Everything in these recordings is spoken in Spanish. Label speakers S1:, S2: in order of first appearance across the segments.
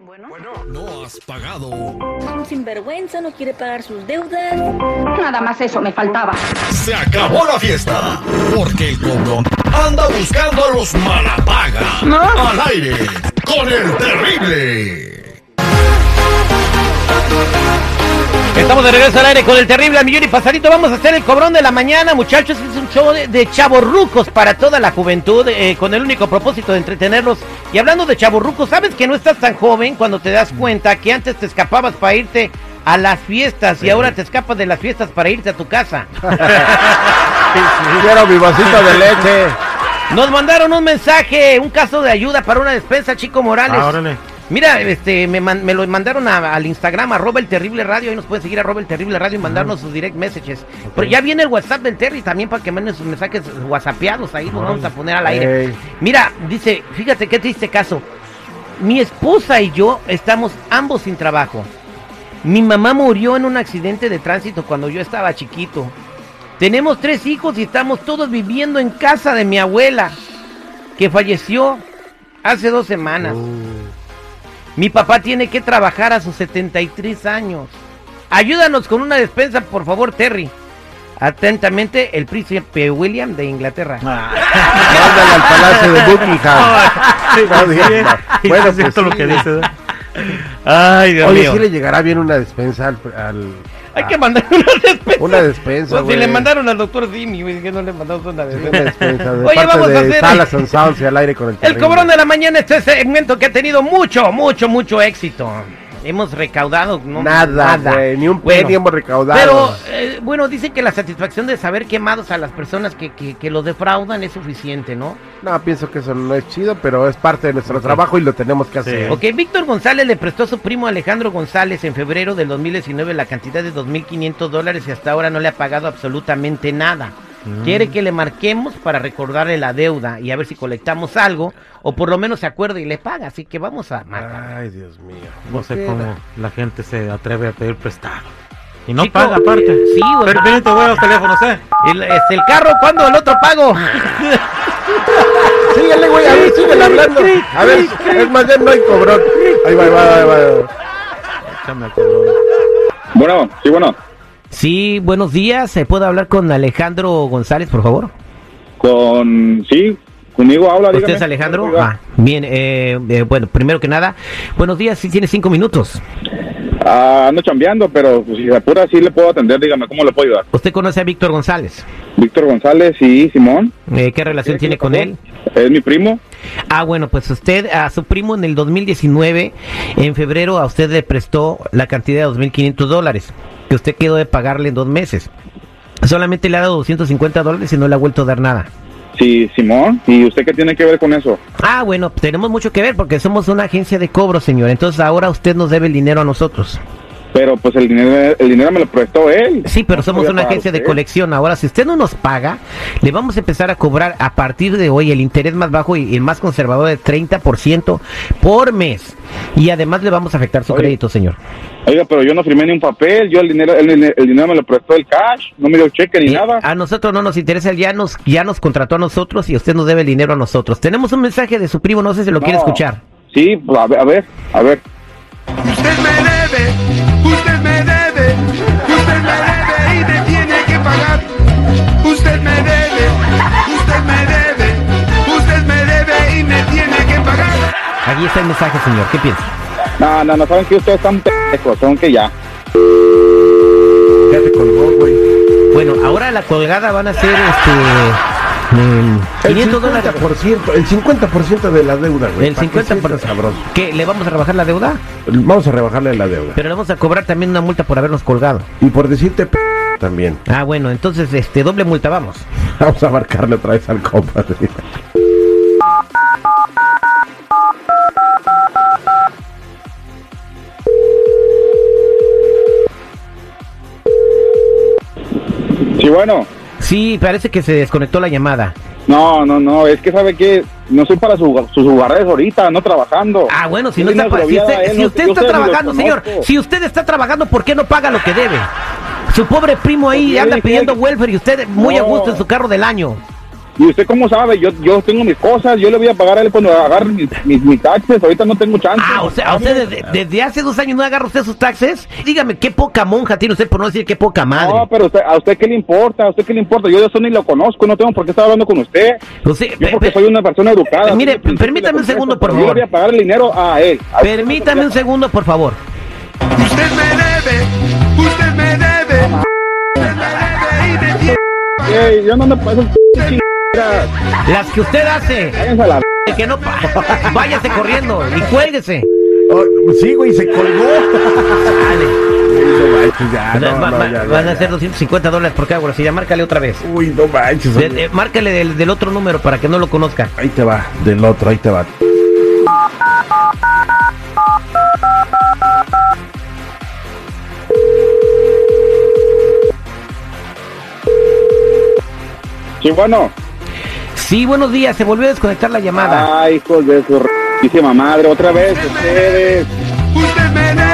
S1: bueno.
S2: No has pagado.
S3: Un sinvergüenza no quiere pagar sus deudas.
S1: Nada más eso me faltaba.
S2: Se acabó la fiesta. Porque el cobrón anda buscando a los malapaga. Al aire. Con el terrible.
S4: Estamos de regreso al aire con el terrible al millón y pasadito. Vamos a hacer el cobrón de la mañana, muchachos. Es un show de, de chavorrucos para toda la juventud, eh, con el único propósito de entretenerlos. Y hablando de chavorrucos, ¿sabes que no estás tan joven cuando te das cuenta que antes te escapabas para irte a las fiestas y ahora te escapas de las fiestas para irte a tu casa?
S5: Quiero mi vasito de leche.
S4: Nos mandaron un mensaje, un caso de ayuda para una despensa, Chico Morales.
S5: Ah, órale.
S4: Mira, este, me, man- me lo mandaron a- al Instagram, arroba el terrible radio, ahí nos pueden seguir arroba el terrible radio y mandarnos sus direct messages. Pero ya viene el WhatsApp del Terry también para que manden sus mensajes whatsappeados, ahí los vamos a poner al aire.
S5: Ey.
S4: Mira, dice, fíjate qué triste caso. Mi esposa y yo estamos ambos sin trabajo. Mi mamá murió en un accidente de tránsito cuando yo estaba chiquito. Tenemos tres hijos y estamos todos viviendo en casa de mi abuela, que falleció hace dos semanas.
S6: Oh.
S4: Mi papá tiene que trabajar a sus 73 años. Ayúdanos con una despensa, por favor, Terry. Atentamente, el príncipe William de Inglaterra.
S6: Ah.
S5: Mándale al palacio de Buckingham. No digas nada.
S6: Bueno,
S5: Bueno,
S6: es cierto
S5: pues
S6: lo que
S5: sí.
S6: dices. Ay, Dios
S5: Oye,
S6: mío.
S5: sí le llegará bien una despensa al. al-
S4: Hay
S5: a-
S4: que mandar una despensa.
S5: Una
S4: Pues
S5: despensa,
S4: si
S5: Ah. güey.
S4: le mandaron al doctor Dimi, güey, que no le mandamos una
S5: Sí, Una
S4: despensa.
S5: despensa. De
S4: Oye,
S5: parte
S4: vamos
S5: de
S4: a hacer-
S5: Salas and Sounds y al aire con el
S4: El
S5: terrible.
S4: cobrón de la mañana, este segmento que ha tenido mucho, mucho, mucho éxito. Hemos recaudado no,
S5: Nada, güey, ni un
S4: Bueno,
S5: penny hemos recaudado.
S4: Pero, eh, bueno, dicen que la satisfacción de saber quemados a las personas que, que, que los defraudan es suficiente, ¿no?
S5: No, pienso que eso no es chido, pero es parte de nuestro trabajo y lo tenemos que hacer.
S4: Ok, Víctor González le prestó a su primo Alejandro González en febrero del 2019 la cantidad de 2.500 dólares y hasta ahora no le ha pagado absolutamente nada. Quiere que le marquemos para recordarle la deuda y a ver si colectamos algo o por lo menos se acuerda y le paga. Así que vamos a marcar.
S5: Ay, Dios mío.
S6: No sé
S5: Queda.
S6: cómo la gente se atreve a pedir prestado. Y no
S4: Chico,
S6: paga aparte.
S4: sí, güey.
S6: Pero miren, te voy a los teléfonos, ¿eh?
S4: El, este, el carro, ¿cuándo el otro pago?
S5: Síguele, güey, a ver, síguele hablando. A ver, es más, ya no hay cobrón. Ahí va, ahí va, ahí va. ahí va.
S6: Échame al cobrón.
S7: Bueno, sí, bueno.
S4: Sí, buenos días. ¿Se puede hablar con Alejandro González, por favor?
S7: Con. Sí, conmigo habla, dígame.
S4: ¿Usted es Alejandro?
S7: Oiga.
S4: Ah, bien, eh, eh, bueno, primero que nada, buenos días, si tiene cinco minutos.
S7: Ah, ando chambeando, pero pues, si se apura, sí le puedo atender. Dígame, ¿cómo le puedo ayudar?
S4: ¿Usted conoce a Víctor González?
S7: Víctor González y Simón.
S4: Eh, ¿Qué relación tiene con él?
S7: Es mi primo.
S4: Ah, bueno, pues usted, a su primo en el 2019, en febrero, a usted le prestó la cantidad de 2.500 dólares, que usted quedó de pagarle en dos meses. Solamente le ha dado 250 dólares y no le ha vuelto a dar nada.
S7: Sí, Simón. ¿Y usted qué tiene que ver con eso?
S4: Ah, bueno, pues tenemos mucho que ver porque somos una agencia de cobro, señor. Entonces ahora usted nos debe el dinero a nosotros.
S7: Pero pues el dinero, el dinero me lo prestó él.
S4: Sí, pero somos
S7: voy a
S4: una
S7: pagar
S4: agencia de
S7: usted.
S4: colección. Ahora, si usted no nos paga, le vamos a empezar a cobrar a partir de hoy el interés más bajo y el más conservador de 30% por mes. Y además le vamos a afectar su
S7: Oye.
S4: crédito, señor.
S7: Oiga, pero yo no firmé ni un papel. Yo el dinero, el, el dinero me lo prestó el cash. No me dio cheque ni
S4: Eh,
S7: nada.
S4: A nosotros no nos interesa, ya nos, ya nos contrató a nosotros y usted nos debe el dinero a nosotros. Tenemos un mensaje de su primo, no sé si lo quiere
S7: No.
S4: escuchar.
S7: Sí, pues, a ver, a ver, a ver.
S8: Usted me debe, usted me debe, usted me debe y me tiene que pagar. Usted me debe, usted me debe, usted me debe y me tiene que pagar.
S4: Aquí está el mensaje, señor. ¿Qué piensa?
S7: No, no, no, saben que ustedes están pendejos, son que ya.
S5: Ya te colgó, güey.
S4: Bueno, ahora la colgada van a ser este. mm,
S5: El
S4: 500 dólares.
S5: 50%, el 50% de la deuda, güey.
S4: El
S5: para que
S4: 50%.
S5: sienta sabroso.
S4: ¿Qué? ¿Le vamos a rebajar la deuda?
S5: Vamos a rebajarle la deuda.
S4: Pero le vamos a cobrar también una multa por habernos colgado.
S5: Y por decirte p también.
S4: Ah, bueno, entonces, este, doble multa, vamos.
S5: Vamos a marcarle otra vez al compadre.
S7: Sí, bueno.
S4: Sí, parece que se desconectó la llamada.
S7: No, no, no, es que sabe que no soy para su- sus jugadores ahorita, no trabajando.
S4: Ah, bueno, si,
S7: Es
S4: no
S7: una
S4: está, pa- si
S7: agobiada,
S4: usted,
S7: ¿eh?
S4: si
S7: No-
S4: usted
S7: yo
S4: está
S7: sé, ni lo
S4: trabajando, señor,
S7: conozco.
S4: si usted está trabajando, ¿por qué no paga lo que debe? Su pobre primo ahí
S7: Pues yo
S4: anda
S7: dije
S4: pidiendo
S7: que-
S4: welfare y usted muy a
S7: No.
S4: gusto en su carro del año.
S7: ¿Y usted cómo sabe? Yo, yo tengo mis cosas, yo le voy a pagar a él cuando agarre mis, mis, mis taxes, ahorita no tengo chance.
S4: Ah, o sea, a usted desde, desde hace dos años no agarra usted sus taxes. Dígame, qué poca monja tiene usted por no decir qué poca madre.
S7: No, pero usted, a usted qué le importa, a usted qué le importa, yo de eso ni lo conozco, no tengo por qué estar hablando con usted.
S4: O sea,
S7: Yo
S4: pe-
S7: porque
S4: pe-
S7: soy una persona educada.
S4: Mire,
S7: soy de principio
S4: permítame
S7: le
S4: un segundo,
S7: contesto,
S4: por
S7: pero
S4: favor.
S7: Yo le voy a pagar el dinero a él. A usted no se lo voy a
S4: Permítame un segundo, por favor.
S8: Usted me debe, usted me debe, usted me debe y me tiene.
S7: pagar. Ey, yo no ando para esas chingaderas.
S4: Las que usted hace,
S7: Váyanse a la
S4: de que no pa- váyase corriendo y cuélguese.
S5: Oh, sí, güey, se colgó.
S4: Dale.
S5: No manches, ya, Ah, no,
S4: Va-
S5: no,
S4: va-
S5: ya, ya,
S4: van a
S5: ya.
S4: ser 250 dólares por cada ya Márcale otra vez.
S5: Uy, no manches.
S4: De-
S5: oye.
S4: de- márcale del, del otro número para que no lo conozca.
S5: Ahí te va, del otro, ahí te va.
S7: Sí, bueno.
S4: Sí, buenos días. Se volvió a desconectar la llamada.
S7: Ay, hijos de su r***ísima madre, otra vez ustedes. Ah,
S8: Usted me debe,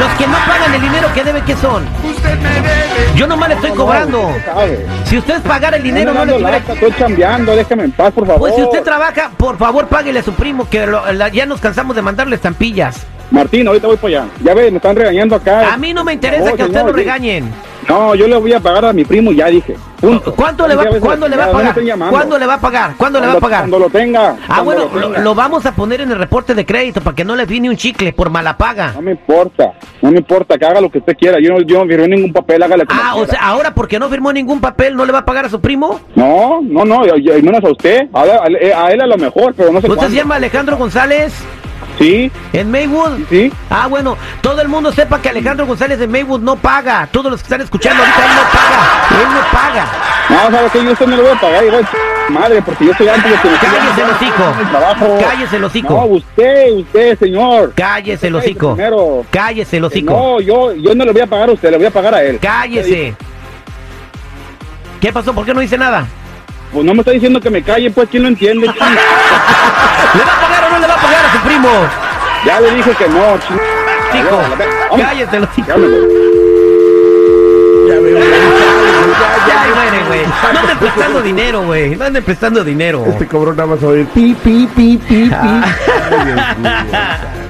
S4: Los que no pagan el dinero que debe, ¿qué son?
S8: usted me debe,
S4: Yo nomás le estoy cobrando.
S7: Usted sabe.
S4: Si usted pagara el dinero, no
S7: Ando
S4: le
S7: dando
S4: tuviera...
S7: lata, Estoy chambeando, déjame en paz, por favor.
S4: Pues si usted trabaja, por favor, páguele a su primo, que lo- la- ya nos cansamos de mandarle estampillas.
S7: Martín, ahorita voy para allá. Ya ve, me están regañando acá.
S4: A mí no me interesa
S7: No,
S4: que a usted
S7: señor,
S4: lo
S7: sí.
S4: regañen.
S7: No, yo le voy a pagar a mi primo, ya dije. Punto.
S4: ¿Cuánto le va,
S7: Ya ves,
S4: ¿cuándo le va a
S7: ya no
S4: pagar?
S7: estoy llamando.
S4: ¿Cuándo le va a pagar? ¿Cuándo le va a
S7: Cuando-
S4: pagar?
S7: Cuando lo tenga.
S4: Ah,
S7: cuando
S4: bueno,
S7: lo
S4: lo,
S7: tenga.
S4: lo vamos a poner en el reporte de crédito para que no le viene un chicle por mala paga.
S7: No me importa, no me importa, que haga lo que usted quiera. Yo no, yo no firmé ningún papel, hágale como
S4: Ah, o
S7: quiera.
S4: sea, ahora porque no firmó ningún papel, ¿no le va a pagar a su primo?
S7: No, no, no, yo- yo- y menos a usted. A, a- a él a lo mejor, pero no sé
S4: ¿Usted
S7: cuándo.
S4: se llama Alejandro González
S7: Sí,
S4: en Maywood?
S7: sí.
S4: Ah, bueno, todo el mundo sepa que Alejandro González de Maywood no paga. Todos los que están escuchando ahorita, él no paga. Él no paga.
S7: No, ¿sabe qué? Yo a usted no le voy a pagar, igual, madre, porque yo estoy antes de que me
S4: Cállese el
S7: el
S4: hocico.
S7: trabajo.
S4: Cállese el hocico.
S7: No, usted, usted, señor.
S4: Cállese el
S7: Cállese
S4: hocico.
S7: primero.
S4: Cállese el hocico.
S7: No, yo, yo no le voy a pagar a usted, le voy a pagar a él.
S4: Cállese. ¿Qué pasó? ¿Por qué no dice nada?
S7: Pues no me está diciendo que me calle, pues, ¿quién lo entiende? ching?
S4: ¿Le va a pagar o no le va a pagar a su primo?
S7: ya le dije que no, ching.
S4: Chico,
S7: Vámonos, vámonos.
S4: cállese el hocico.
S7: Ya me voy.
S5: Ya veo, ya, ya,
S4: Ya, güey, güey. No anden prestando dinero, güey. No anden prestando dinero. Ah.
S5: Este cobrón nada más a oír pi, pi, pi, pi, pi. Ay, Dios mío.